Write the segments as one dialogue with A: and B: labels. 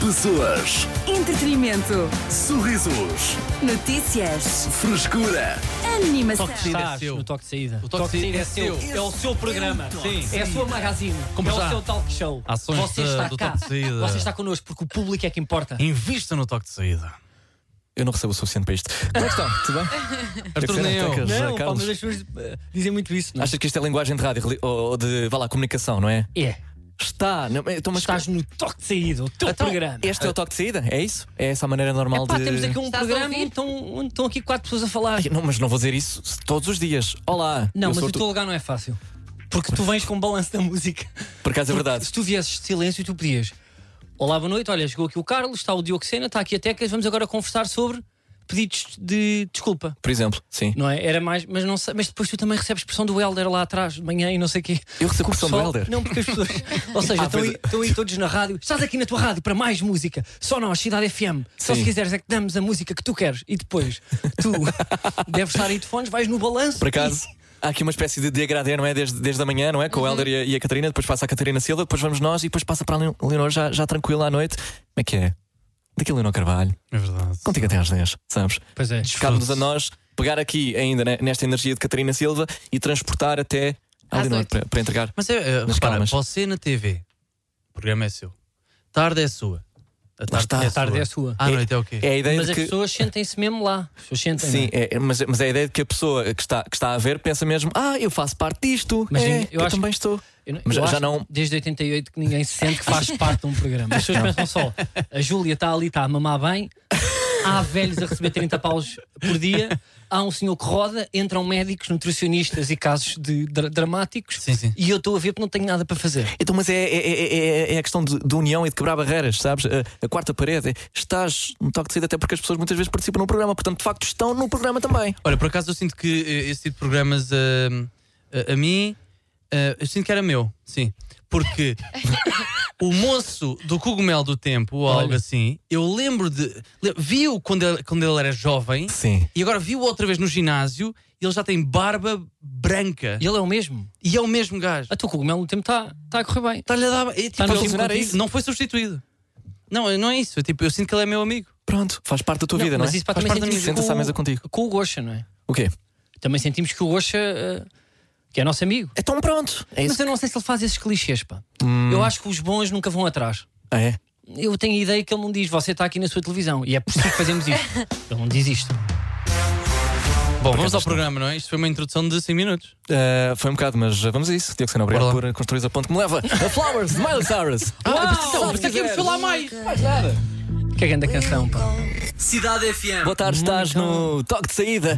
A: Pessoas,
B: Entretenimento.
A: sorrisos,
B: Notícias.
A: frescura.
B: Animação.
C: Toque de saída é
D: Estás
C: seu.
D: no toque de saída.
C: O toque de saída é seu.
D: É o seu programa.
C: Sim.
D: É a sua magazine.
C: Como
D: é
C: já.
D: o seu talk show.
C: Ações
D: Você
C: de-
D: está
C: do
D: cá.
C: toque de saída.
D: Você está connosco porque o público é que importa.
C: Invista no toque de saída.
E: Eu não recebo o suficiente para isto. Como é que estão? Tudo bem?
C: Arthur,
E: Quero
C: nem eu.
E: tacas,
D: Não, pá,
E: Carlos.
D: mas as pessoas eh, dizem muito isso. Não? é?
E: Achas que isto é linguagem de rádio reli- ou de, vá lá, comunicação, não é?
D: É.
E: Está. Não, então, mas
D: Estás no toque de saída, o teu
E: Então,
D: programa.
E: Este é o toque de saída? É isso? É essa a maneira normal
D: Epá,
E: de.
D: temos aqui um
B: Estás a
D: programa
B: ouvir?
D: onde estão, onde estão aqui quatro pessoas a falar.
E: Ai, não, mas não vou dizer isso todos os dias. Olá.
D: Não,
E: eu
D: mas
E: sou
D: o
E: Arthur.
D: teu lugar não é fácil. Porque tu vens com o balanço da música.
E: Por acaso é verdade.
D: Se tu viesses de silêncio, tu pedias: Olá, boa noite. Olha, chegou aqui o Carlos, está o Dioxena, está aqui a Tecas. Vamos agora conversar sobre pedidos de desculpa.
E: Por exemplo, sim.
D: Não é? Era mais, mas, não sei, mas depois tu também recebes pressão do Helder lá atrás, de manhã e não sei o quê.
E: Eu recebo
D: Que o
E: pressão do
D: pessoal-
E: Helder?
D: Não, porque as pessoas. Ou seja,
E: Ah,
D: estão,
E: pois
D: aí,
E: é.
D: estão aí todos na rádio. Estás aqui na tua rádio para mais música. Só nós, Cidade FM. Só se
E: Sim.
D: quiseres é que damos a música que tu queres. E depois tu deves estar aí de fones, vais no balanço.
E: Por acaso. Há aqui uma espécie de degradê, não é? Desde, desde a manhã, não é?
D: Uhum.
E: Com o Helder e a, e a Catarina, depois passa a Catarina Silva, depois vamos nós e depois passa para a Leon- Leonor já, já tranquila à noite. Como é que é? Daqui a Leonor Carvalho.
C: É verdade.
E: Contigo até às 10, sabes?
D: Pois é.
E: Cabe-nos a nós pegar aqui ainda né, nesta energia de Catarina Silva e transportar até à
B: Às
E: Leonor
B: oito.
E: para, para entregar.
C: Mas é, eh,
E: Mas
C: repara,
E: calmas.
C: você na TV, o programa é seu. Tarde é sua. A tarde,
E: está.
C: é,
E: A
D: tarde
C: sua.
D: é sua.
C: À noite é o quê?
E: É a ideia
D: Mas
E: de
D: as
E: que.
D: pessoas sentem-se mesmo lá. As pessoas sentem. não
E: Sim,
D: é?
E: é, mas, mas é a ideia de que a pessoa que está, que está a ver pensa mesmo: ah, eu faço parte disto.
D: Mas
E: é,
D: eu
E: eu
D: acho-
E: também estou.
D: Eu não-
E: Mas
D: eu
E: já
D: acho
E: não-
D: Desde 88 que ninguém se sente que faz parte de um programa. As pessoas pensam só, a Júlia está ali, está a mamar bem, há velhos a receber 30 paus por dia, há um senhor que roda, entram médicos, nutricionistas e casos de dra- dramáticos
C: Sim, sim.
D: e eu estou a ver porque não tenho nada para fazer.
E: Então, mas é, é, é- é- é a questão de, de união e de quebrar barreiras, sabes? A, a quarta parede. é, Estás no toque de saída, até porque as pessoas muitas vezes participam num programa, portanto, de facto, estão num programa também.
C: Olha, por acaso eu sinto que eh, esse tipo de programas ahm, a, a mim ah, eu sinto que era meu, sim. Porque o moço do cogumelo do tempo, ou
D: Olha.
C: algo assim, eu lembro de. le- Vi-o quando ele, quando ele era jovem
E: Sim.
C: e agora vi-o outra vez no ginásio e ele já tem barba branca.
D: E ele é o mesmo.
C: E é o mesmo gajo.
D: A tua cogumelo no tempo está tá a correr bem.
C: Está-lhe a dar. É, tipo,
D: Tá no
C: ele-
D: funcionar, é isso?
C: Não foi substituído. Não, não é isso. Eu, tipo, eu sinto que ele é meu amigo.
E: Pronto, faz parte da tua vida, não é?
D: mas isso pá,
E: faz
D: também
E: parte da minha
D: sentimos
E: vida. Senta-se à mesa contigo.
D: com o Gocha, não é?
E: O quê?
D: Também sentimos que o Gocha, eh, que é nosso amigo.
E: Então, pronto. É
D: Mas
E: isso. Hum.
D: eu não sei se ele faz esses clichês, pá. Eu acho que os bons nunca vão atrás.
E: Ah, é.
D: Eu tenho a ideia que ele não diz, você está aqui na sua televisão e é por isso que fazemos isto. ele não diz isto.
C: Bom, vamos ao programa, não é? Isto foi uma introdução de 100 minutos.
E: Uh, foi um bocado, mas uh, vamos a isso. Diogo Sena, obrigado
C: Bora
E: por uh, construir a ponte que me leva a Flowers de Miley Cyrus.
D: Ah, Uau,
E: Sabes dizer.
D: mais! Que grande canção, pá.
A: Cidade FM.
E: Boa tarde, estás no toque de saída.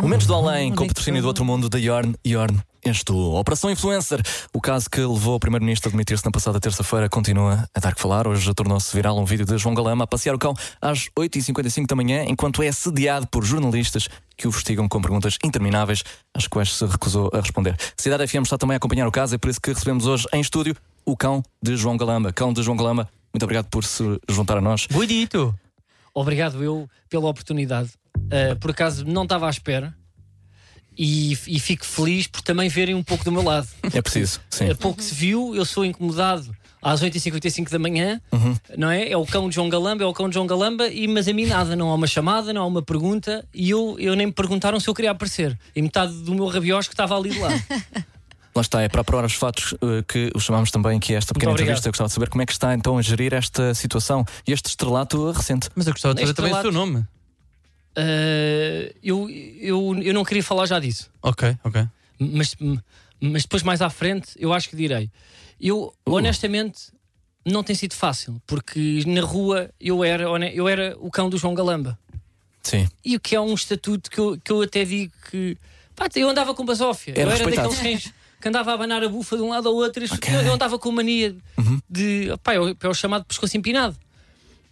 E: Momentos do além, com o patrocínio do outro mundo da Yorn. Yorn, és tu. Operação Influencer. O caso que levou o primeiro-ministro a demitir-se na passada terça-feira continua a dar que falar. Hoje tornou-se viral um vídeo de João Galama a passear o cão às 8h55 da manhã, enquanto é assediado por jornalistas que o investigam com perguntas intermináveis, às quais se recusou a responder. Cidade FM está também a acompanhar o caso, é por isso que recebemos hoje em estúdio o cão de João Galama. Cão de João Galama, muito obrigado por se juntar a nós.
C: Boidito!
D: Obrigado eu pela oportunidade. Uh, por acaso não estava à espera e, e fico feliz por também verem um pouco do meu lado.
E: É preciso, sim.
D: A pouco se viu, eu sou incomodado às 8h55 da manhã, não é? É o cão de João Galamba, é o cão de João Galamba, e, mas a mim nada, não há uma chamada, não há uma pergunta, e eu, eu nem me perguntaram se eu queria aparecer. E metade do meu rabiosco estava ali de lá.
E: Lá está, é para apurar os fatos eh, que os chamámos também aqui a esta pequena
D: Muito obrigado.
E: entrevista. Eu gostava de saber como é que está então a gerir esta situação e este estrelato recente.
C: Mas eu gostava de saber
D: Neste
C: também o
D: relato-
C: teu nome.
D: Uh, eu, eu, eu não queria falar já disso,
C: Ok, ok.
D: mas, mas depois mais à frente eu acho que direi. Eu, honestamente, não tem sido fácil, porque na rua eu era, hone- eu era o cão do João Galamba.
E: Sim.
D: e o que é um estatuto que eu, que eu até digo que. Pá, eu andava com basófia.
E: Era
D: eu era
E: respeitado.
D: daqueles cães que andava a abanar a bufa de um lado ao outro. Eu- Eu, andava com mania
E: Uhum.
D: de. Pá, é eu, eu chamado pescoço empinado.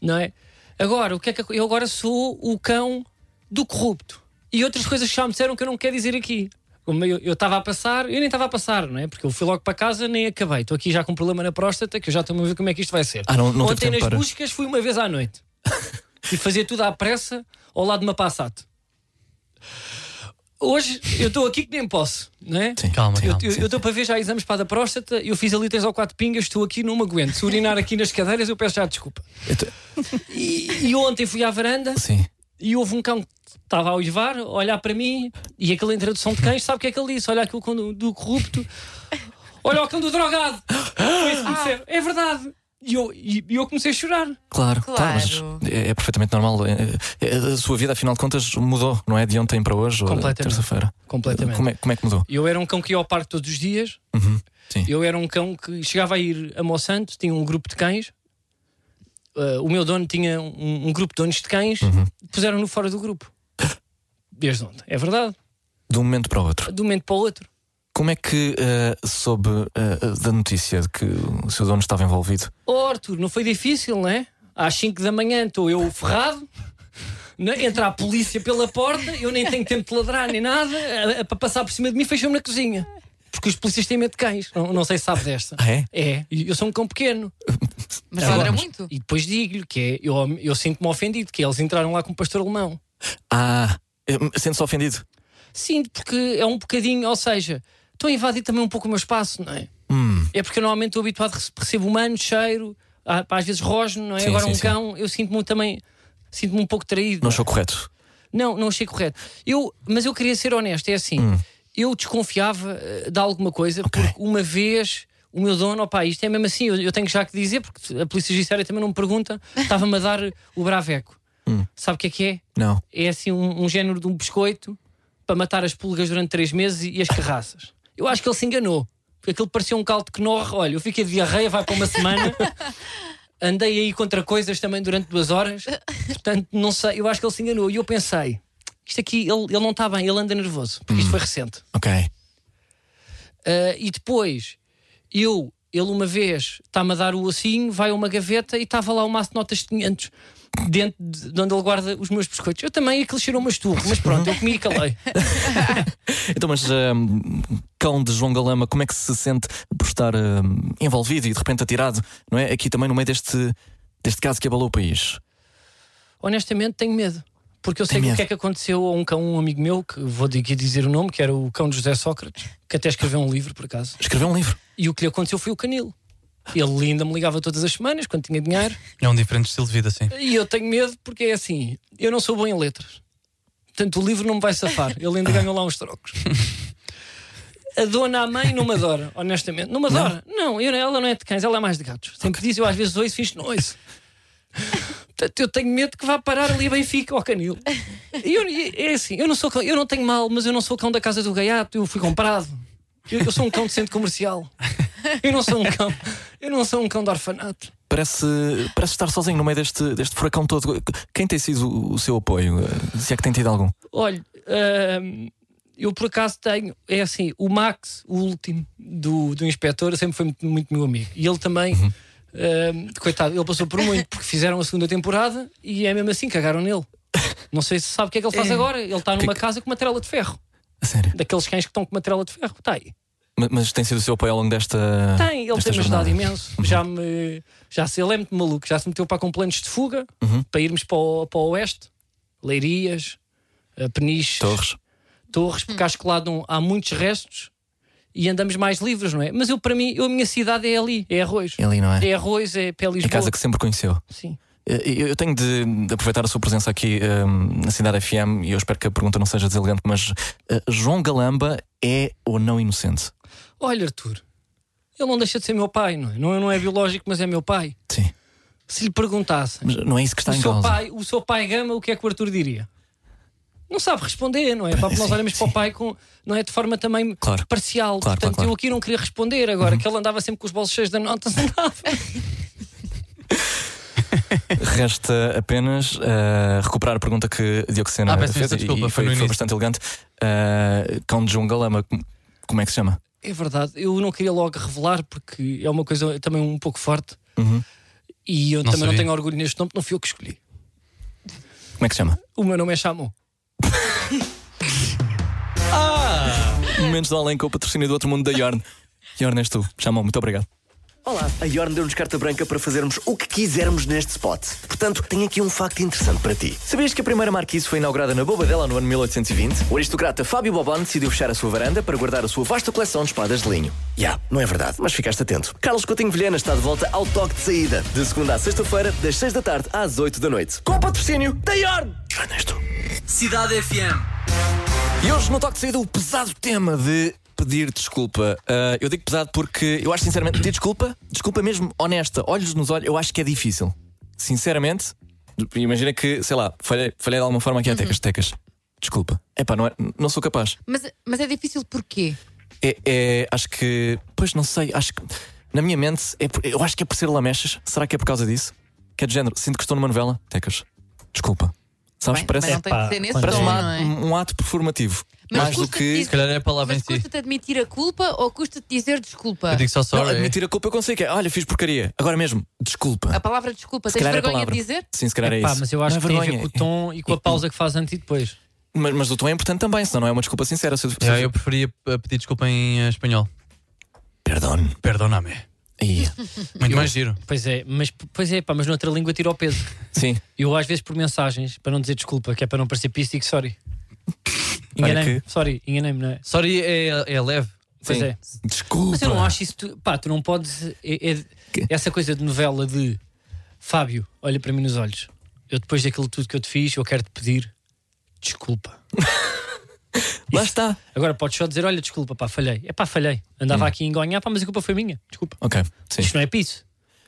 D: Não é? Agora, o que é que ac- eu agora sou o cão do corrupto. E outras coisas que já me disseram que eu não quero dizer aqui. Como eu eu estava a passar, eu nem estava a passar, não é? Porque eu fui logo para casa, nem acabei. Estou aqui já com um problema na próstata, que eu já estou a ver como é que isto vai ser.
E: Ah, não- não teve
D: Ontem
E: tempo
D: nas
E: para-
D: buscas fui uma vez à noite. e fazia tudo à pressa ao lado de uma Passat. hoje eu estou aqui que nem posso, não é?
E: Sim,
C: Calma,
E: sim,
C: calma.
D: Eu
E: sim.
D: eu estou para ver já exames para a da próstata, eu fiz ali três ou quatro pingas, estou aqui, não me aguento. Se urinar aqui nas cadeiras, eu peço já desculpa.
E: Eu tô-
D: E, e ontem fui à varanda
E: Sim.
D: e houve um cão que estava a uivar, a olhar para mim, e aquela introdução de cães, sabe o que é que ele disse? Olha aquilo com do, do corrupto, olha o cão do drogado. Foi isso que me disseram. É verdade. E eu, e- e eu comecei a chorar.
E: Claro,
F: Claro.
E: Tá, mas é, é perfeitamente normal. É- é- a sua vida, afinal de contas, mudou, não é? De ontem para hoje ou
D: Completamente.
E: terça-feira.
D: Completamente.
E: Como é, como é que mudou?
D: Eu era um cão que ia ao parque todos os dias.
E: sim.
D: Eu era um cão que chegava a ir a Monsanto, tinha um grupo de cães. Ah, o meu dono tinha um, um grupo de donos de cães, puseram-no fora do grupo. Desde ontem. É verdade.
E: De um momento para o outro.
D: De um momento para o outro.
E: Como é que eh, soube eh, da notícia de que o seu dono estava envolvido?
D: Oh, Arthur, não foi difícil, não é? Às 5 da manhã estou eu ferrado. né? Entra a polícia pela porta, eu nem tenho tempo de ladrar nem nada. a- a- Para passar por cima de mim, fechou-me na cozinha. Porque os polícias têm medo de cães. Não, não sei se sabe desta.
E: Ah, é?
D: É, e eu sou um cão pequeno.
F: Mas
D: Agora,
F: ladra
D: mas-
F: muito.
D: E depois digo-lhe que é, eu, eu sinto-me ofendido, que eles entraram lá com um pastor alemão.
E: Ah, eh, sente-se ofendido?
D: Sinto, porque é um bocadinho, ou seja, estão a invadir também um pouco o meu espaço, não é?
E: Hum.
D: É porque eu normalmente estou habituado, rece- recebo humano, cheiro, há- às vezes rosno, não é?
E: Sim,
D: Agora
E: sim,
D: um
E: sim.
D: cão, eu sinto-me também, sinto-me um pouco traído.
E: Não achou correto?
D: Não, não achei correto. Eu, mas eu queria ser honesto, é assim.
E: Hum.
D: Eu desconfiava eh, de alguma coisa, porque uma vez o meu dono, opá, isto é mesmo assim, eu, eu tenho já que dizer, porque a Polícia Judiciária também não me pergunta, estava-me a dar o braveco.
E: Hum.
D: Sabe o que é que é?
E: Não.
D: É assim um, um género de um biscoito para matar as pulgas durante três meses e, e as carraças. Eu acho que ele se enganou, porque aquilo parecia um caldo que norre. Olha, eu fiquei de diarreia, vai para uma semana. Andei aí contra coisas também durante duas horas. Portanto, não sei, eu acho que ele se enganou. E eu pensei, isto aqui, ele, ele não está bem, ele anda nervoso, porque isto foi recente.
E: Ok.
D: Ah, e depois, eu, ele uma vez está-me a dar o ossinho, vai a uma gaveta e estava lá o maço de notas de 500 dentro de, de onde ele guarda os meus biscoitos. Eu também, aquilo cheirou uma esturro, mas pronto, eu comi e calei.
E: Então, mas ehm, cão de João Galama, como é que se sente por estar ehm, envolvido e de repente atirado, não é? Aqui também no meio deste, deste caso que abalou o país.
D: Honestamente, tenho medo. Porque eu sei
E: Tem
D: o
E: medo.
D: que é que aconteceu a um cão, um amigo meu, que vou aqui dizer o nome, que era o cão de José Sócrates, que até escreveu um livro, por acaso.
E: Escreveu um livro.
D: E o que lhe aconteceu foi o canil. Ele ainda me ligava todas as semanas, quando tinha dinheiro.
C: É um diferente estilo de vida, sim.
D: E eu tenho medo porque é assim, eu não sou bom em letras. Portanto, o livro não me vai safar. Ele ainda ganhou lá uns trocos. A dona, a mãe, não me adora, honestamente. Não me adora. Não, eu- ela não é de cães, ela é mais de gatos. Sempre diz, eu às vezes ouço, fiz, não ouço. Portanto, eu tenho medo que vá parar ali a Benfica ou Canil. E eu- e é assim, eu não sou cão, eu não tenho mal, mas eu não sou cão da casa do gaiato, eu fui comprado. Eu, eu sou um cão de centro comercial. Eu não sou um cão, eu não sou um cão de orfanato.
E: Parece, parece estar sozinho no meio deste, deste furacão todo. Quem tem sido o- o seu apoio? Eh, Se é que tem tido algum?
D: Olha, hum, eu por acaso tenho, é assim, o Max, o último do, do inspetor, sempre foi muito, muito meu amigo. E ele também,
E: Uhum.
D: hum, coitado, ele passou por muito, porque fizeram a segunda temporada e é mesmo assim, cagaram nele. Não sei se sabe o que é que ele faz agora. Ele está numa casa com uma trela de ferro.
E: A sério.
D: Daqueles cães que estão com uma trela de ferro. Está aí.
E: Ma- Mas, tem sido o seu apoio ao longo desta.
D: Tem, ele
E: desta
D: tem-me
E: jornada?
D: ajudado
E: Uhum.
D: imenso. Já me. Já se, ele é muito maluco, já se meteu para com planos de fuga
E: Uhum.
D: para irmos para o, para o oeste, Leirias, eh, Peniche,
E: Torres.
D: Torres, porque acho que lá não- há muitos restos e andamos mais livres, não é? Mas eu, para mim, eu, a minha cidade é ali, é arroz.
E: É ali, não é?
D: É arroz, é pé
E: A
D: Lisboa.
E: casa que sempre conheceu.
D: Sim.
E: Eh, Eu eu tenho de de aproveitar a sua presença aqui eh, na Cidade FM e eu espero que a pergunta não seja deselegante, mas eh, João Galamba é ou não inocente?
D: Olha, Arthur, ele não deixa de ser meu pai, não é? Não, não é biológico, mas é meu pai.
E: Sim.
D: Se lhe perguntassem
E: Mas não é isso que está
D: o
E: em
D: seu,
E: causa.
D: pai, o seu pai gama, o que é que o Arthur diria? Não sabe responder, não é? Pá, Porque nós
E: sim,
D: olhamos para o pai com, não é de forma também
E: Claro.
D: parcial. Portanto,
E: Claro, claro, Uhum. claro.
D: eu aqui não queria responder agora, que ele andava sempre com os bolsos cheios de notas, andava.
E: Resta apenas eh, recuperar a pergunta que Diogo Sena
C: Ah, peço
E: fez
C: imensa
E: e-
C: desculpa, foi
E: e foi,
C: no
E: foi
C: início.
E: bastante elegante. Eh, cão de João Galamba, com- como é que se chama?
D: É verdade, eu não queria logo revelar porque é uma coisa também um pouco forte
C: Uhum.
D: e eu
C: Não
D: também não
C: sabia.
D: tenho orgulho neste nome, porque não fui eu que escolhi.
E: Como é que se chama?
D: O meu nome é Chamon.
E: Momentos do além com o patrocínio do outro mundo da Yorn. Yorn és tu. Chamam, muito obrigado.
F: Olá, a Yorn deu-nos carta branca para fazermos o que quisermos neste spot. Portanto, tenho aqui um facto interessante para ti.
E: Sabias que a primeira marquise foi inaugurada na Bobadela no ano 1820? O aristocrata Fábio Boban decidiu fechar a sua varanda para guardar a sua vasta coleção de espadas de linho.
F: Já, não é verdade, mas ficaste atento.
E: Carlos Coutinho Vilhena está de volta ao toque de saída, de segunda à sexta-feira, das 6 da tarde às 8 da noite.
F: Com o patrocínio da Yorn! Ernesto.
A: Cidade FM.
E: E hoje no toque de saída o pesado tema de pedir desculpa. Ah, eu digo pesado porque eu acho sinceramente pedir desculpa, desculpa mesmo honesta, olhos nos olhos, eu acho que é difícil. Sinceramente, imagina que, sei lá, falhei, falhei de alguma forma aqui a
G: Uhum.
E: tecas, tecas. Desculpa. Epá, não, é, não sou capaz.
G: Mas, mas é difícil porquê?
E: É, é- acho que. Pois não sei, acho que. Na minha mente, é por- eu acho que é por ser lamechas. Será que é por causa disso? Que é de género, sinto que estou numa novela, tecas. Desculpa. Sabes?
G: Bem,
E: parece
G: mas não tem
D: Epá,
G: que ser nesse
D: parece
G: tom,
E: um,
G: não é?
E: ato, um ato performativo.
G: Mas
E: mais do
G: custa-te
E: que.
C: Se calhar é a palavra em
G: Mas
C: si.
G: custa-te admitir a culpa ou custa-te dizer desculpa?
C: Eu digo só
E: Não,
C: sorry.
E: admitir a culpa eu consigo. que é, Olha, fiz porcaria. Agora mesmo, desculpa.
G: A palavra desculpa,
E: Se
G: tens
E: calhar é a
G: vergonha
E: palavra.
G: de dizer?
E: Sim, se calhar é
D: Ah, Epá,
E: isso.
D: mas eu
E: Não
D: acho
E: é
D: que tem a ver
E: vergonha,
D: com o
E: é-
D: tom e com a pausa que faz antes e depois.
E: Mas, mas o tom é importante também, senão não é uma desculpa sincera. Se eu, se
C: É, eu preferia eh, pedir desculpa em eh, espanhol.
E: Perdone.
C: Perdóname.
E: Aí.
C: Muito mais giro.
D: Pois é, mas, pois é, pá, mas noutra língua tira o peso.
E: Sim.
D: Eu às vezes por mensagens, para não dizer desculpa, que é para não parecer pisto, digo sorry.
E: Olha
D: Enganei-me, sorry, enganei-me, não é?
C: Sorry é, é leve.
D: Pois
E: Sim.
D: é.
E: Desculpa.
D: Mas eu não acho isso. Tu, pá, tu não podes. é- é- essa coisa de novela de Fábio, olha para mim nos olhos. Eu depois daquilo tudo que eu te fiz, eu quero te pedir desculpa.
E: Lá está.
D: Agora podes só dizer: olha, desculpa, pá, falhei. É pá, falhei. Andava aqui a engonhar, pá, mas a culpa foi minha. Desculpa.
E: Ok. Sim.
D: Isto não é piso.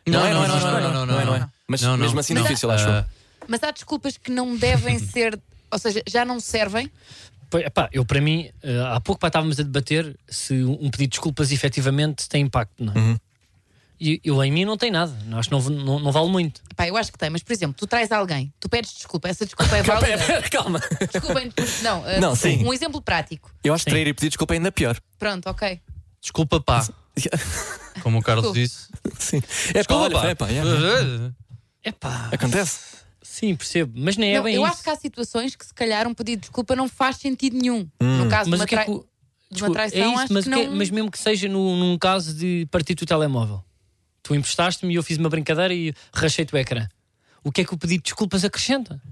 E: Não é, não é,
C: não,
E: não é,
C: não, não, não,
E: é, não é.
C: não.
E: Mas
C: Não, não.
E: mesmo assim
C: Não.
E: difícil, acho.
C: Ah,
G: Mas há desculpas que não devem ser, ou seja, já não servem.
D: Pois, epá, eu para mim, eh, há pouco pá, estávamos a debater se um um pedido de desculpas efetivamente tem impacto, não é? E eu em mim não tem nada, Não, acho que não, não, não vale muito.
G: Pá, eu acho que tem, mas por exemplo, tu traz alguém, tu pedes desculpa, essa desculpa é válida.
D: ah,
E: Calma, Calma.
G: Desculpem, não, eh,
E: Não, sim.
G: um exemplo prático.
E: Eu acho que trair e pedir desculpa é ainda pior.
G: Pronto, ok.
C: Desculpa, pá. Como o Carlos
G: Desculpa.
C: disse.
E: Sim. É pá,
C: Desculpa,
E: olha,
C: pá.
E: é pá, é,
D: É pá,
E: Acontece.
D: sim, percebo, mas nem é
G: Não,
D: bem
G: eu
D: isso.
G: acho que há situações que se calhar um pedido de desculpa não faz sentido nenhum.
E: Hum.
G: No caso de
D: mas
G: uma,
D: o que é
G: trai-
D: que. o-
G: de uma
D: Desculpa,
G: traição,
D: é
G: acho
D: mas,
G: que
D: o que é-
G: não.
D: mas mesmo que seja num, num caso de partir o telemóvel, tu emprestaste-me e eu fiz uma brincadeira e rachei-te o ecrã. O que é que o pedido de desculpas acrescenta?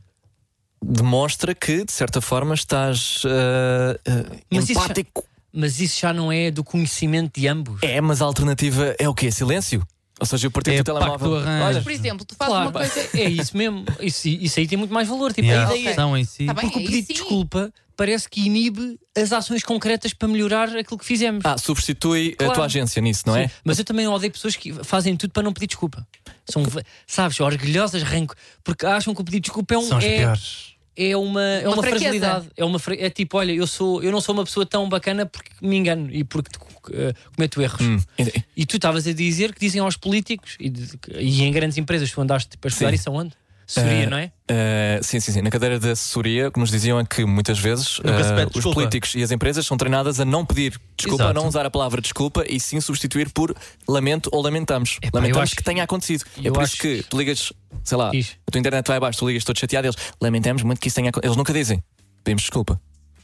E: Demonstra que, de certa forma, estás ah, ah,
D: Mas isso-
E: empático.
D: Mas isso já não é do conhecimento de ambos.
E: É, mas a alternativa é o quê? Silêncio? Ou seja, eu parti
C: É
E: do
C: pacto
E: telemóvel.
C: arranjo.
E: Olha,
G: Por exemplo, tu fazes
D: Claro,
G: uma coisa.
D: é isso mesmo. Isso, isso aí tem muito mais valor. Tipo,
C: Yeah.
D: a
C: A
D: ideia
C: ação em si.
G: Tá bem,
D: Porque o
G: aí
D: pedido de
G: sim.
D: desculpa parece que inibe as ações concretas para melhorar aquilo que fizemos.
E: ah, substitui a
D: Claro.
E: tua agência nisso, não é?
D: Sim, Mas eu também odeio pessoas que fazem tudo para não pedir desculpa. São, ve- sabes, orgulhosas, ranco, porque acham que o pedido de desculpa é, um,
C: São os
D: é,
C: piores.
D: é uma, é uma,
G: fraqueza.
D: fragilidade. É, uma, fra- é tipo, olha, eu, sou, eu não sou uma pessoa tão bacana porque me engano e porque eh, cometo erros.
E: E-
D: E tu estavas a dizer que dizem aos políticos e, de- e em grandes empresas, tu andaste para estudar
E: Sim.
D: isso aonde? Soria,
E: Eh,
D: não é?
E: Uh, sim, sim, sim. Na cadeira de assessoria, o que nos diziam é que muitas vezes eh,
C: Nunca se pede
E: os
C: desculpa.
E: políticos e as empresas são treinadas a não pedir desculpa,
C: Exato.
E: a não usar a palavra desculpa e sim substituir por lamento ou lamentamos.
D: Epá, eu
E: lamentamos
D: acho
E: que tenha acontecido. É
D: eu
E: por
D: acho
E: isso que tu ligas, sei lá,
D: Isso.
E: a tua internet vai abaixo, tu ligas todo chateado e eles lamentamos muito que isso tenha acontecido. Eles nunca dizem, pedimos desculpa.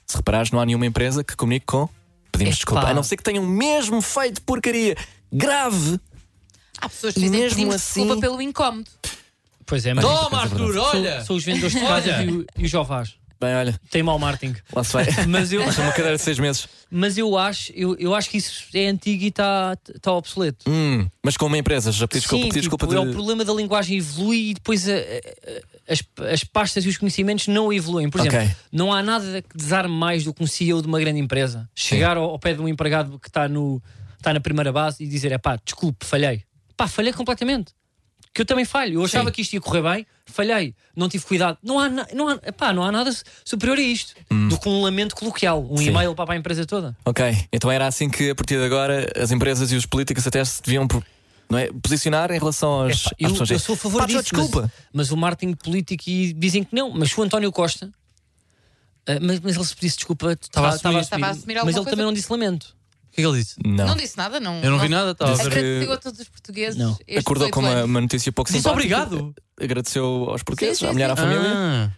E: Se reparares, não há nenhuma empresa que comunique com pedimos
D: Epá.
E: desculpa, a não ser que tenham mesmo feito porcaria grave.
G: Há pessoas que
E: E
G: dizem
E: mesmo
G: pedimos
E: assim-
G: desculpa pelo incómodo.
D: Pois é, mas
C: Toma, Arthur, olha!
D: são, são os vendedores de casa e o, e o Jovás.
E: Bem, olha,
D: Tem mau marketing.
E: lá se vai.
D: Mas eu,
E: Uma cadeira de seis meses.
D: mas eu, acho, eu, eu acho que isso é antigo e está tá obsoleto.
E: Hum, mas com uma empresa, já pedi desculpa,
D: Sim,
E: pedi
D: tipo,
E: desculpa
D: é
E: de-
D: o problema da linguagem evolui e depois a- a- a- as, as pastas e os conhecimentos não evoluem. Por exemplo,
E: Ok.
D: não há nada que desarme mais do que um CEO de uma grande empresa. Chegar ao, ao pé de um empregado que está no- está na primeira base e dizer: é pá, desculpe, falhei. Pá, falhei completamente. Que eu também falho. Eu achava que isto ia correr bem, falhei, não tive cuidado. Não há, na- não há, epá, não há nada superior a isto do que um lamento coloquial, um
E: Hum. Sim.
D: e-mail para a empresa toda.
E: Ok, então era assim que a partir de agora as empresas e os políticos até se deviam pro- não é, posicionar em relação aos,
D: Epá,
E: às
D: eu,
E: pessoas.
D: eu sou a favor
E: Pá,
D: disso.
E: pessoal, desculpa.
D: Mas, mas o marketing político e dizem que não. Mas se o António Costa. ah, mas, mas ele se pedisse desculpa, estava
C: a assumir.
G: Estava a assumir
D: Mas
G: alguma
D: ele
G: coisa?
D: também não disse lamento.
C: O que é que ele disse?
E: Não,
G: Não disse nada, não.
C: Eu não vi nada, estava a
E: Disse
C: ver.
G: Agradeceu
E: que-
G: a todos os portugueses.
D: Não.
G: estes
E: Acordou com
G: 18
E: uma,
G: anos.
E: uma notícia pouco
C: Disse
E: simpática.
C: obrigado.
E: Agradeceu aos portugueses,
G: Sim, sim,
E: à mulher, à
G: sim.
E: família,
C: Ah,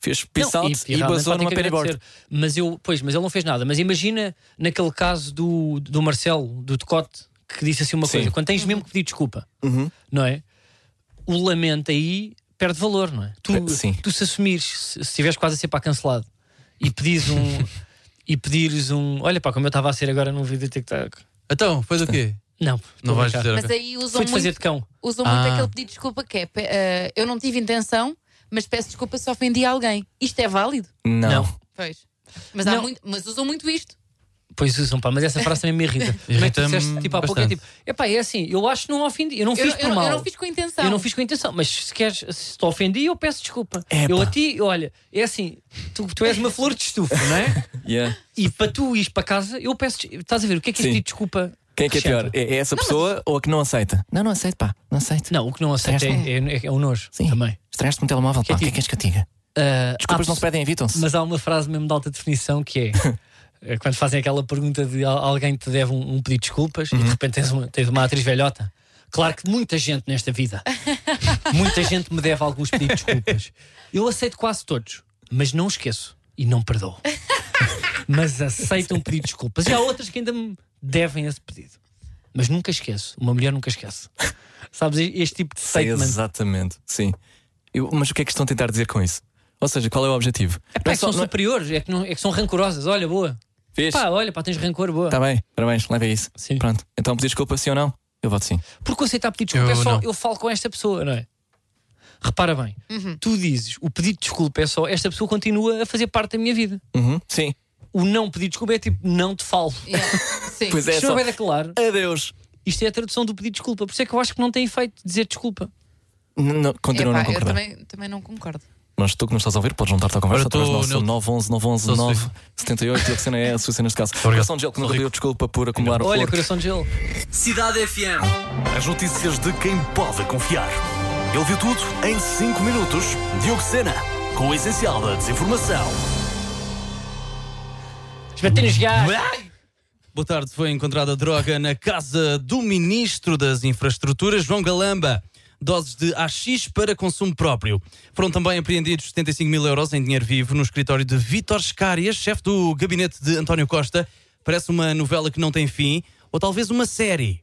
E: fez
D: Não,
E: peace out e,
D: realmente
E: basou
D: só tem
E: numa
D: que
E: pennyboard.
D: agradecer. Mas eu, pois, mas ele não fez nada. Mas imagina naquele caso do, do Marcelo, do Decote, que disse assim uma
E: Sim. Uhum.
D: coisa, quando tens mesmo que pedir desculpa, não é? O lamento aí perde valor, não é? Tu,
E: Eh, sim.
D: tu se assumires, se se estiveres quase a ser para cancelado e pedires um. e pedires um. Olha pá, como eu estava a ser agora num vídeo de TikTok.
C: Então, fez o quê?
D: Não,
C: Não vais
D: dizer.
C: dizer.
G: Mas
C: ok.
G: aí usam
D: Fui-te
G: muito,
D: fazer de cão.
G: usam
C: Ah.
G: muito aquele pedido de desculpa que é pe- eh, eu não tive intenção, mas peço desculpa se ofendi alguém. Isto é válido?
E: Não.
D: Não.
G: Pois. Mas, há
D: Não.
G: muito, mas usam muito isto.
D: Pois usam, pá, mas essa frase também me irrita. Como é que tu
C: Irrita-me
D: disseste, tipo, há pouco é
C: bastante.
D: tipo, epá, é assim, eu acho que não ofendi, eu não
G: Eu,
D: fiz
G: não-
D: por
G: eu, não-
D: mal.
G: eu não fiz com intenção.
D: Eu não fiz com intenção, mas se queres, se te ofendi, eu peço desculpa.
E: Epá.
D: Eu a ti, olha, é assim, tu, tu és uma flor de estufa, não é?
E: Yeah.
D: E para tu ires para casa, eu peço. des- Estás a ver o que é que
E: Sim.
D: este desculpa?
E: Quem é que é pior?
D: acrescenta?
E: É é essa pessoa ou a que não aceita? Não, não aceito, pá. Não aceito.
D: Não, o que não aceita é, é, é um nojo
E: Sim.
D: também.
E: Estragaste-me o telemóvel, pá. O que é
D: tipo-
E: que és que eu te diga?
D: Ah,
E: Desculpas
D: há
E: não se pedem, evitam-se.
D: Mas há uma frase mesmo de alta definição que é. eh, Quando fazem aquela pergunta de al- alguém te deve um, um pedido de desculpas e de repente tens uma, tens uma atriz velhota. Claro que muita gente nesta vida, muita gente me deve alguns pedidos de desculpas. Eu aceito quase todos, mas não esqueço e não perdoo. Mas aceito um pedido de desculpas. E há outras que ainda me devem esse pedido. Mas nunca esqueço. Uma mulher nunca esquece. Sabes, este tipo de statement.
E: Exatamente, sim. Eu- mas o que é que estão a tentar dizer com isso? Ou seja, qual é o objetivo?
D: Pá, é que são superiores, é que, não- é que são rancorosas. Olha, boa. Pá, olha, pá, tens rancor, boa.
E: Está Tá bem, parabéns, leva isso.
D: Sim.
E: Pronto, então pedir desculpa sim ou não? Eu voto sim.
D: Porque o aceitar pedir desculpa
C: Eu
D: é só
C: não.
D: eu falo com esta pessoa, não é? Repara bem,
E: Uhum.
D: tu dizes o pedido de desculpa é só esta pessoa continua a fazer parte da minha vida.
E: Uhum, Sim.
D: O não pedir desculpa é tipo não te falo.
G: Yeah. Sim.
E: Pois é,
D: Isto
E: só...
D: não é da claro.
E: Adeus.
D: Isto é a tradução do pedido de desculpa. Por isso é que eu acho que não tem efeito dizer desculpa.
E: N- não- Continuo a
G: Epá,
E: não
G: eu
E: concordar.
G: também, também não concordo.
E: Mas tu que nos estás a ouvir, podes juntar-te à conversa
C: Agora estou
E: através do nosso
C: neutro.
E: 911 911
C: Sou
E: 9
C: suíço.
E: 78 e a cena é a Suíça neste caso.
C: obrigado.
E: Coração de gelo que nos
C: Sou
E: deu desculpa por acumular o
D: Olha,
E: flor.
D: coração de gelo.
A: Cidade FM.
F: As notícias de quem pode confiar. Ele viu tudo em 5 minutos. Diogo Sena, com o essencial da desinformação.
D: Esbater-nos gás.
C: Boa tarde. Foi encontrada droga na casa do Ministro das Infraestruturas, João Galamba. Doses de AX para consumo próprio. Foram também apreendidos 75 mil euros em dinheiro vivo no escritório de Vítor Scárias, chefe do gabinete de António Costa. Parece uma novela que não tem fim, ou talvez uma série.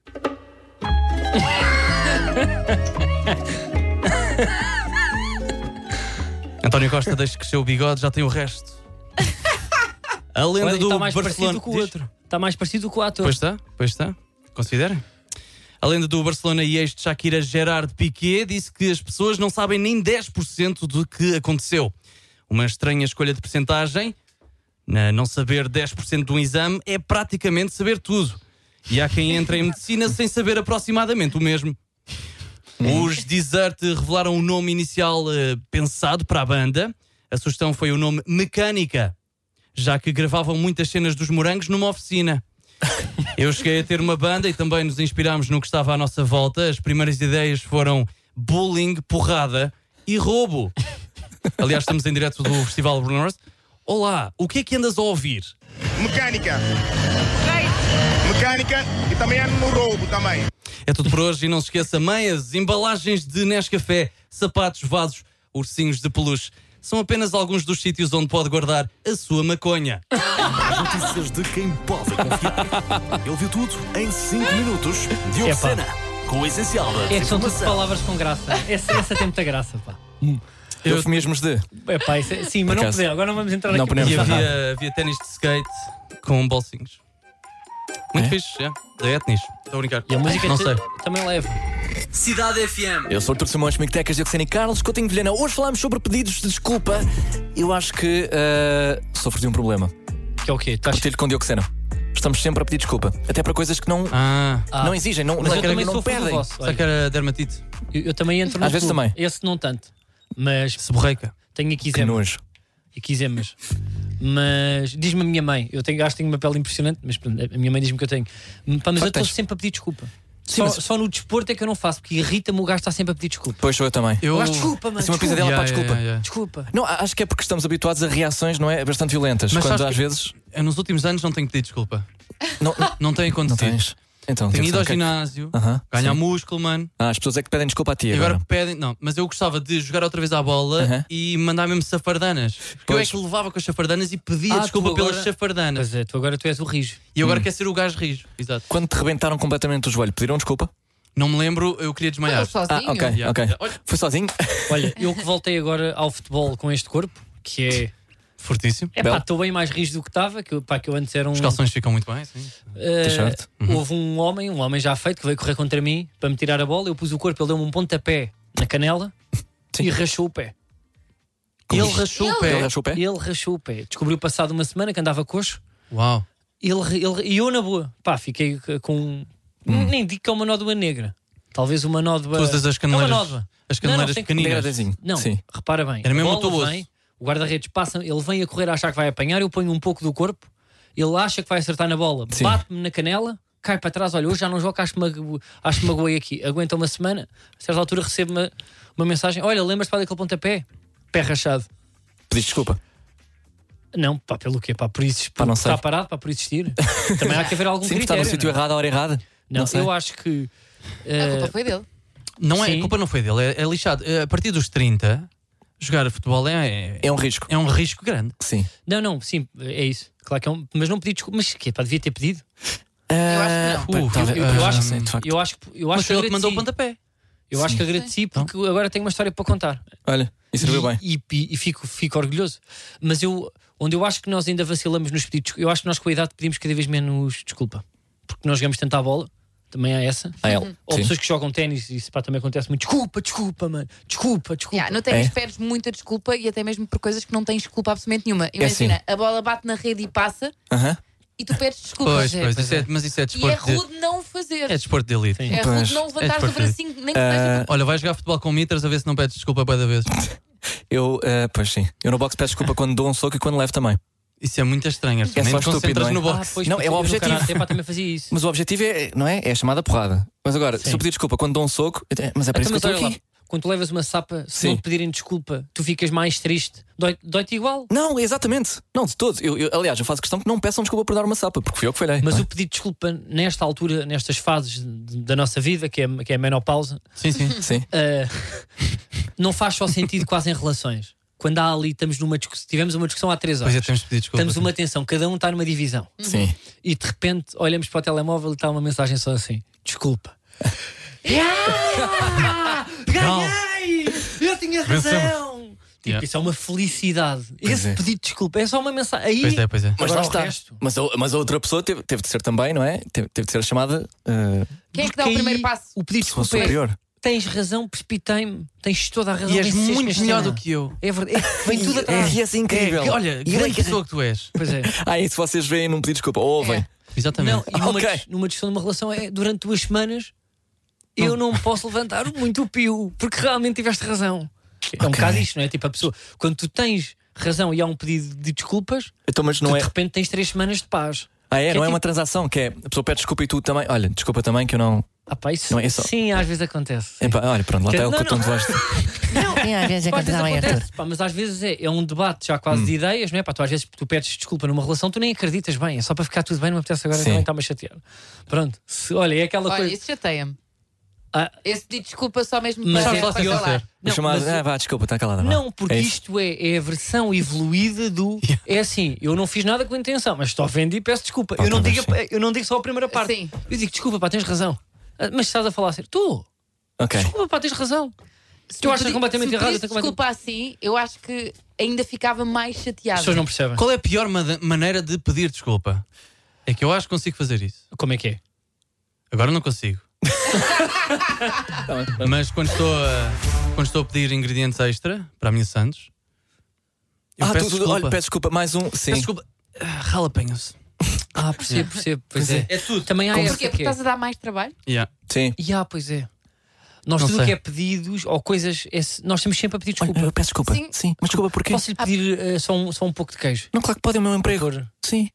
C: António Costa deixa crescer o bigode, já tem o resto. A lenda
D: Olha,
C: do
D: Está mais
C: Barcelona.
D: parecido com o
C: Diz?
D: outro. Está mais parecido com o ator.
C: Pois está, pois está. Considerem. A lenda do Barcelona e ex de Shakira Gerard Piqué disse que as pessoas não sabem nem 10% do que aconteceu. Uma estranha escolha de percentagem. Na não saber 10% de um exame é praticamente saber tudo. E há quem entre em medicina sem saber aproximadamente o mesmo. Os Desert revelaram o nome inicial eh, pensado para a banda. A sugestão foi o nome Mecânica, já que gravavam muitas cenas dos morangos numa oficina. Eu cheguei a ter uma banda e também nos inspirámos no que estava à nossa volta. As primeiras ideias foram bullying, porrada e roubo. Aliás, estamos em direto do Festival Bruno North. Olá, o que é que andas a ouvir?
H: mecânica. Mecânica e também é no roubo também.
C: É tudo por hoje e não se esqueça: meias, embalagens de Nescafé, sapatos, vasos, ursinhos de peluche. São apenas alguns dos sítios onde pode guardar a sua maconha.
F: Notícias de quem pode confiar. Ele viu tudo em 5 minutos. Diogo
D: Epá.
F: Sena, com o essencial da
D: É que são tudo
F: desinformação.
D: palavras com graça. Essa, essa tem muita graça, pá.
E: Eufemismos de.
D: É, pá isso é- sim, mas
E: Por
D: não
E: acaso.
D: podemos. Agora não vamos entrar
E: Não
D: aqui.
E: podemos.
C: E
E: Não sei
C: havia, havia ténis de skate com bolsinhos. Muito
E: É?
C: fixe, é? Da Etnis. Estou a brincar.
D: E a música é
C: não
D: t-
C: sei.
D: também leve.
A: Cidade FM.
E: Eu sou o Artur Simões, Mictecas, Diocesana e Carlos Coutinho de Vilhena. Hoje falámos sobre pedidos de desculpa. Eu acho que eh, sofro de um problema.
D: Que é o quê? Estás
E: Partilho com Diocesana. Estamos sempre a pedir desculpa. Até para coisas que não,
C: Ah,
E: não exigem, não,
D: Mas
E: não,
D: eu também
E: não
D: sou
E: pedem.
C: será que era dermatite?
D: Eu, eu também entro no
E: Às vezes
D: clube.
E: também.
D: Esse não tanto. Mas
C: Seborreica.
D: tenho aqui
E: Que
D: quisemas.
E: nojo.
D: Aqui quisemas. Mas diz-me a minha mãe, eu tenho, acho que tenho uma pele impressionante, mas pronto, a minha mãe diz-me que eu tenho. Pá, mas
E: Claro
D: eu
E: que
D: estou
E: tens.
D: sempre a pedir desculpa.
E: Sim,
D: só,
E: mas-
D: só no desporto é que eu não faço, porque irrita-me o gajo estar sempre a pedir desculpa. Oh. é
E: Pois sou eu também.
C: Eu...
D: Mas desculpa, mano.
E: Assim, uma
D: Desculpa.
E: pisadela, pá,
C: Yeah,
E: desculpa.
C: yeah, yeah.
D: desculpa.
E: Não, a- acho que é porque estamos habituados a reações, não é? Bastante violentas.
C: Mas
E: quando
C: sabes
E: às
C: que-
E: vezes.
C: Eu nos últimos anos não tenho pedido desculpa.
E: Não, não,
C: Não tem
E: não
C: acontecido.
E: tens. Então,
C: Tenho
E: Diogo
C: ido
E: Sena,
C: ao
E: o que é que-
C: ginásio,
E: Aham,
C: ganhar
E: sim.
C: músculo, mano.
E: Ah, as pessoas é que pedem desculpa a ti
C: E
E: agora.
C: agora pedem. Não, mas eu gostava de jogar outra vez à bola
E: Aham.
C: e mandar mesmo safardanas. Porque eu é
E: Pois.
C: que levava com as safardanas e pedia
D: Ah,
C: desculpa
D: tu
C: pelas
D: agora-
C: safardanas.
D: Mas é, tu agora tu és o rijo.
C: E
E: Hum.
C: agora quer ser o gajo rijo. Exato.
E: Quando te rebentaram completamente o joelho, pediram desculpa?
C: Não me lembro, eu queria desmaiar.
E: Ah,
G: sozinho.
E: ok,
C: Yeah,
E: ok.
C: yeah. Olha.
E: Foi sozinho?
D: Olha, eu que voltei agora ao futebol com este corpo, que é.
C: Fortíssimo.
D: É pá,
E: Belo.
D: estou bem mais rijo do que estava, que, eu- pá, que eu antes era um.
C: Os calções ficam muito bem, sim.
D: eh,
E: T-shirt.
D: Houve um homem, um homem já feito, que veio correr contra mim para me tirar a bola. Eu pus o corpo, ele deu-me um pontapé na canela
E: Sim.
D: e rachou o pé.
E: Como
C: ele
E: diz?
C: rachou o
G: Ele-
E: Ele
C: pé.
E: rachou o pé?
D: Ele rachou o pé. Descobriu passado uma semana que andava coxo.
C: Uau.
D: Ele, ele, e eu, na boa, pá, fiquei eh, com. um, Nem digo que é uma nódoa negra. Talvez uma nódoa.
C: Todas as caneleiras.
D: É uma nódoa.
C: As
D: Não, não,
C: caneleiras
D: tem que-
C: pequeninas.
E: Degradazinho.
D: Não,
E: Sim.
D: repara bem.
C: Era mesmo
D: a bola
C: autobuso.
D: vem, o guarda-redes passa, ele vem a correr a achar que vai apanhar, eu ponho um pouco do corpo, ele acha que vai acertar na bola,
E: Sim.
D: bate-me na canela, cai para trás, olha, hoje já não jogo, acho que mago- acho que magoei aqui. Aguenta uma semana, a certa altura recebo uma, uma mensagem, olha, lembras-te para daquele pontapé? Pé rachado.
E: Pediste desculpa.
D: Não, pá, pelo quê? Pá, por isso
E: Pá, não sei.
D: está parado, pá, por existir. Também há que haver algum
E: Sim, porque está
D: critério.
E: no sítio
D: não é?
E: errado, à hora errada.
D: Não,
E: sei.
D: eu acho que eh,
G: A É culpa foi dele.
C: Não é, a
D: Sim.
C: culpa não foi dele, é, é lixado. É, A partir dos 30, jogar futebol é, é,
E: É um risco.
C: é um risco grande.
E: Sim.
D: Não, não, sim, é isso. Claro que é um, mas não pedi desculpa, mas que é, pá, devia ter pedido.
G: Eu acho que não.
C: Uh,
E: talvez-
C: eu-
E: ah,
C: eu acho
E: não
C: que
E: sei, de facto.
D: Eu acho que é eu acho
C: Mas foi ele que mandou o
D: agradeci.
C: pontapé.
D: Eu acho que agradeci porque agora tenho uma história para contar.
E: Olha, isso Então? serviu bem.
D: E, e- e fico, fico orgulhoso. Mas eu, onde eu acho que nós ainda vacilamos nos pedidos, eu acho que nós com a idade pedimos cada vez menos desculpa. Porque nós jogamos tanto à bola, também há essa.
E: Ah, ele.
D: Ou
E: Sim.
D: pessoas que jogam ténis, isso pá, também acontece muito. Desculpa, desculpa, mano. Desculpa, desculpa.
G: Yeah, no ténis
E: É.
G: pedes muita desculpa e até mesmo por coisas que não tens desculpa absolutamente nenhuma.
E: É assim.
G: Imagina, a bola bate na rede e passa
E: Aham.
G: e tu pedes desculpa.
C: Pois,
G: Zé.
C: pois, isso é- mas isso é
G: E é
C: desporto. de,
G: rude não o fazer.
C: é desporto de elite.
D: Sim.
G: É
E: Pois.
G: rude não levantar
C: É
G: o bracinho, nem que seja.
C: Olha, vai jogar futebol com mitras a ver se não pedes desculpa para da vez.
E: Eu, ah, pois sim. Eu no box peço desculpa quando dou um soco e quando levo também.
C: Isso é muito estranho, Arthur.
E: É
C: Nem
E: só
C: te
E: estúpido,
C: concentras
E: não é?
C: no
D: Ah,
C: boxe.
D: pois,
E: Não,
D: porque
E: é o
D: eu no
E: objetivo.
D: Karate, pá, também fazia isso.
E: Mas o objetivo é, não é? É a chamada porrada. Mas agora, se eu pedir desculpa quando dou um soco, eu te- mas é para isso
D: Então,
E: que
D: mas
E: eu estou
D: olha lá,
E: aqui.
D: quando tu levas uma sapa, se
E: Sim.
D: não te pedirem desculpa, tu ficas mais triste. Dói- Dói-te igual.
E: Não, exatamente. Não, de todo. Eu, eu- aliás, eu faço questão que não peçam desculpa por dar uma sapa, porque fui eu que falhei.
D: Mas
E: não é?
D: o pedido de desculpa nesta altura, nestas fases de- da nossa vida, que é, que é a menopausa,
C: Sim, sim.
E: Sim.
D: eh, não faz só sentido quase em relações. Quando há ali, estamos numa discussão, tivemos uma discussão há três
C: Pois
D: horas,
C: é, temos de pedir desculpa.
D: estamos uma tensão, cada um está numa divisão
E: Sim.
D: e de repente olhamos para o telemóvel e está uma mensagem só assim: desculpa. Ganhei! Eu tinha razão! Tipo,
C: Yeah.
D: isso é uma felicidade. Esse
E: é.
D: pedido de desculpa é só uma mensagem. Aí,
C: Pois é, pois é.
E: Mas
D: Agora
E: lá
D: o
E: está.
D: resto.
E: Mas, a- mas a outra pessoa teve, teve de ser também, não é? Teve, teve de ser a chamada ah,
G: Quem é que dá o
D: porque
G: primeiro
D: aí
G: passo?
D: O pedido de
E: pessoa
D: desculpa é,
E: superior.
D: tens razão, precipitei-me, tens toda a razão.
C: E és
D: venceste
C: muito
D: esta
C: melhor
D: cena."
C: do que eu.
D: É verdade, é, vem tudo atrás.
E: É, é incrível.
C: É, olha,
E: E ele é
C: grande
E: que-
C: pessoa que tu és.
D: Pois é.
E: Ah, e se vocês veem, não pedir desculpa. Ouvem.
D: Não,
C: Exatamente.
D: e numa,
E: Ok.
D: dis- numa discussão de uma relação é durante duas semanas eu não posso levantar muito o pio porque realmente tiveste razão. É um
E: Ok.
D: bocado isto, não é? Tipo, a pessoa, quando tu tens razão e há um pedido de desculpas,
E: Então, mas não
D: tu
E: é.
D: de repente tens três semanas de paz.
E: Ah, é?
D: que
E: Não
D: é
E: é uma
D: tipo-
E: transação, que é a pessoa pede desculpa e tu também. Olha, desculpa também que eu não.
D: Ah, pá, isso,
E: Não, é só-
D: sim, às vezes acontece. sim.
E: Epá, olha, pronto, lá
D: Que-
E: está o
D: não,
E: que eu
D: não.
E: de voz.
I: Sim, às vezes
D: Pá, às vezes é
I: acontece, Arthur.
D: acontece, pá, mas às vezes é, é um debate já quase
E: Hum.
D: de ideias, não é? Pá, tu às vezes tu pedes desculpa numa relação, tu nem acreditas bem, é só para ficar tudo bem, não me apetece agora
E: Sim.
D: também está-me a chatear. Pronto, se- olha, é aquela
G: Olha,
D: coisa.
G: isso chateia-me.
D: Ah.
G: Esse pedido de desculpa só mesmo
D: Mas
G: para,
D: sabes lá
G: para
C: ser
G: falar.
C: sincero.
E: A
D: Não,
E: chamada.
D: mas-
E: Ah, vá, desculpa, está calada. vá.
D: Não, porque
E: É isso.
D: isto é, é a versão evoluída do. É assim, eu não fiz nada com intenção, mas estou ofendido e peço desculpa.
E: Pá, tá
D: eu, não digo,
E: talvez
D: a- eu não digo só a primeira parte.
G: Sim.
D: Eu digo, desculpa, pá, tens razão. Ah, Mas estás a falar assim, tu,
E: Ok.
D: desculpa, pá, tens razão.
G: Se
D: Tu achas
G: pedi-
D: completamente
G: se
D: errado, eu
G: pedisse
D: estou completamente-
G: desculpa assim, eu acho que ainda ficava mais
D: As
G: chateado.
D: pessoas não percebem.
C: Qual é a pior made- maneira de pedir desculpa? É que eu acho que consigo fazer isso.
D: Como é que é?
C: Agora não consigo.
E: Tá
C: Mas quando estou, a, quando estou a pedir ingredientes extra para a minha Santos, eu
E: ah,
C: peço,
E: tu,
C: desculpa.
E: olha, peço desculpa. Mais um. Sim.
C: Peço desculpa. Ah, Ralapenhos.
D: Ah, percebo, percebo. Pois é.
C: É tudo.
D: Também há essa
G: Porquê?
D: que
G: Porque
D: é.
G: estás a dar mais trabalho?
C: Yeah.
E: Sim.
D: E há, pois é. Nós
C: Não
D: tudo
C: sei.
D: o que é pedidos ou coisas, é se- nós temos sempre a pedir
E: Olha,
D: desculpa.
E: eu peço desculpa. Sim.
G: Sim.
E: Mas desculpa porquê?
D: Posso lhe pedir eh, só, um, só um pouco de queijo?
E: Não, claro que pode, é o meu emprego.
D: Por favor.
E: Sim.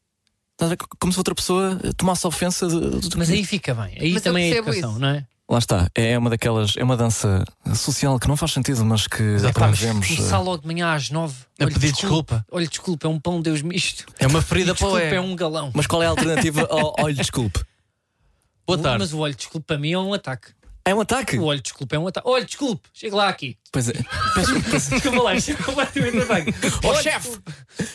E: Estás a ver? Como se outra pessoa eh, tomasse ofensa de, de- de-
D: Mas aí fica bem. Aí
G: Mas eu
D: também é
G: percebo
D: educação,
G: isso.
D: não é?
E: Lá está, é uma daquelas, é uma dança social que não faz sentido, mas que promovemos. eh,
D: Começar logo de manhã às nove.
C: A pedir desculpa.
D: Olha, desculpa, é um pão Deus misto.
C: É uma
D: E
C: ferida para o
D: desculpa,
C: ego.
D: é um galão.
E: Oh, Mas qual é a alternativa ao olho, desculpe?
C: Boa tarde.
D: Mas o olho, desculpe, para mim é um ataque.
E: É um ataque?
D: O olho, desculpe, é um ataque. Olho, desculpe, chega lá aqui.
E: Pois é.
D: Desculpa lá, isto é completamente ataque.
E: Ó
D: Olho,
E: chefe!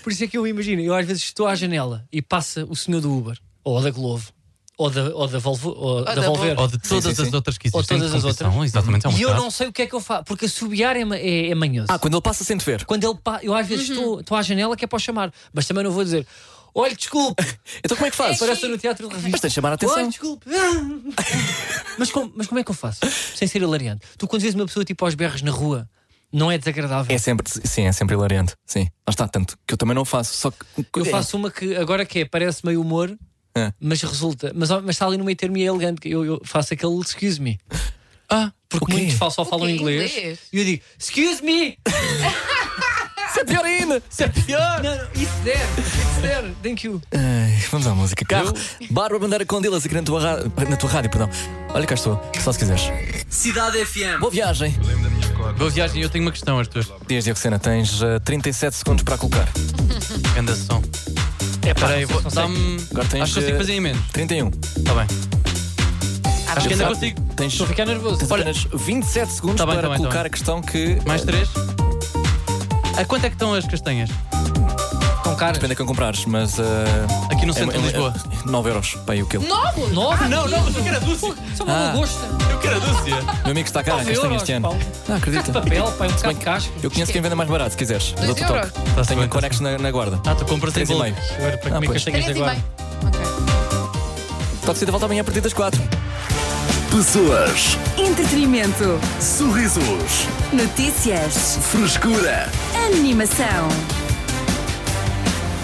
D: Por isso é que eu imagino, eu às vezes estou à janela e passa o senhor do Uber, ou da Glovo, ou da, ou da, Volvo, ou da
G: da
D: Volver.
C: Ou de todas
E: sim,
C: as
E: sim.
C: outras que
D: Ou
C: existem.
D: todas
C: de
D: as
C: competição,
D: outras.
C: Exatamente, é um
D: E eu
C: bocado.
D: não sei o que é que eu faço, porque assobiar é, ma- é, é manhoso.
E: Ah, quando ele passa sem te ver.
D: Quando ele pa... eu às vezes estou, estou à janela que é para o chamar, mas também não vou dizer. Olha, desculpe,
E: Então como é que faz?
D: parece no teatro de revista.
E: Mas tens de chamar a atenção.
D: Olha, desculpe. mas, como, mas como é que eu faço? Sem ser hilariante. Tu quando vês uma pessoa tipo aos berros na rua, não é desagradável.
E: É sempre, sim, é sempre hilariante. Sim, lá está, tanto que eu também não faço. Só que
D: Eu faço uma que agora que é, parece meio humor,
E: É.
D: mas resulta, mas, mas está ali no meio termo e é elegante. que Eu, eu faço aquele excuse me. Ah, porque
E: o quê?
D: muitos falam- só falam
G: quê?
D: inglês.
G: Inglês?
D: E eu digo, excuse me!
E: Isso é pior ainda!
D: Isso é pior! Não, não, it's there, it's there, thank you.
E: Ai, vamos à música. Carro, Bárbara Bandeira com Dilas aqui na tua, ra- na tua rádio, perdão. Olha cá estou, só se quiseres.
A: Cidade FM.
E: Boa viagem!
C: Boa viagem, eu tenho uma questão, Arthur.
E: Dias Diocena, tens eh, 37 segundos para colocar.
C: Ganda som.
D: É para
C: Peraí, vou. Dá-me.
E: Agora tens,
C: Acho que consigo
E: eh,
C: fazer em menos.
E: 31.
C: Está bem. Acho que ainda
E: Sabe?
C: consigo.
E: Tens,
D: Estou a ficar nervoso.
E: tens apenas 27 segundos
C: Tá bem,
E: para
C: tá bem, tá
E: colocar
C: bem.
E: a questão que.
C: Mais três. A quanto é que estão as castanhas?
D: Estão caras.
E: Depende a quem comprares, mas. eh,
C: Aqui no centro
E: é-
C: de Lisboa.
E: 9 euros, para aí o quilo.
G: Novo?
D: Nove?
C: Não, não, mas eu quero a dúzia.
D: Só uma
E: Ah.
D: lagosta.
C: Eu quero a dúzia.
E: Meu amigo está caro,
D: Nove
E: castanha
D: euros,
E: este ano.
D: pau.
E: Não acredito.
D: De papel, pá, é um bocado de casca.
E: Eu conheço quem vende mais barato, se quiseres.
G: Dois
E: Dou-te o
G: euros?
E: toque.
C: Tá-se
E: Tenho um
C: bem,
E: Conex na, na guarda.
C: Ah, tu compras em
E: Três e
C: bolo.
E: meio.
D: Agora, para
E: Ah,
D: comer
E: pois.
D: castanhas
G: Três e meio.
D: agora.
G: Ok.
E: Toque de volta amanhã a partir das 4.
F: Pessoas,
B: Entretenimento.
F: sorrisos,
B: Notícias.
F: frescura.
B: Animação.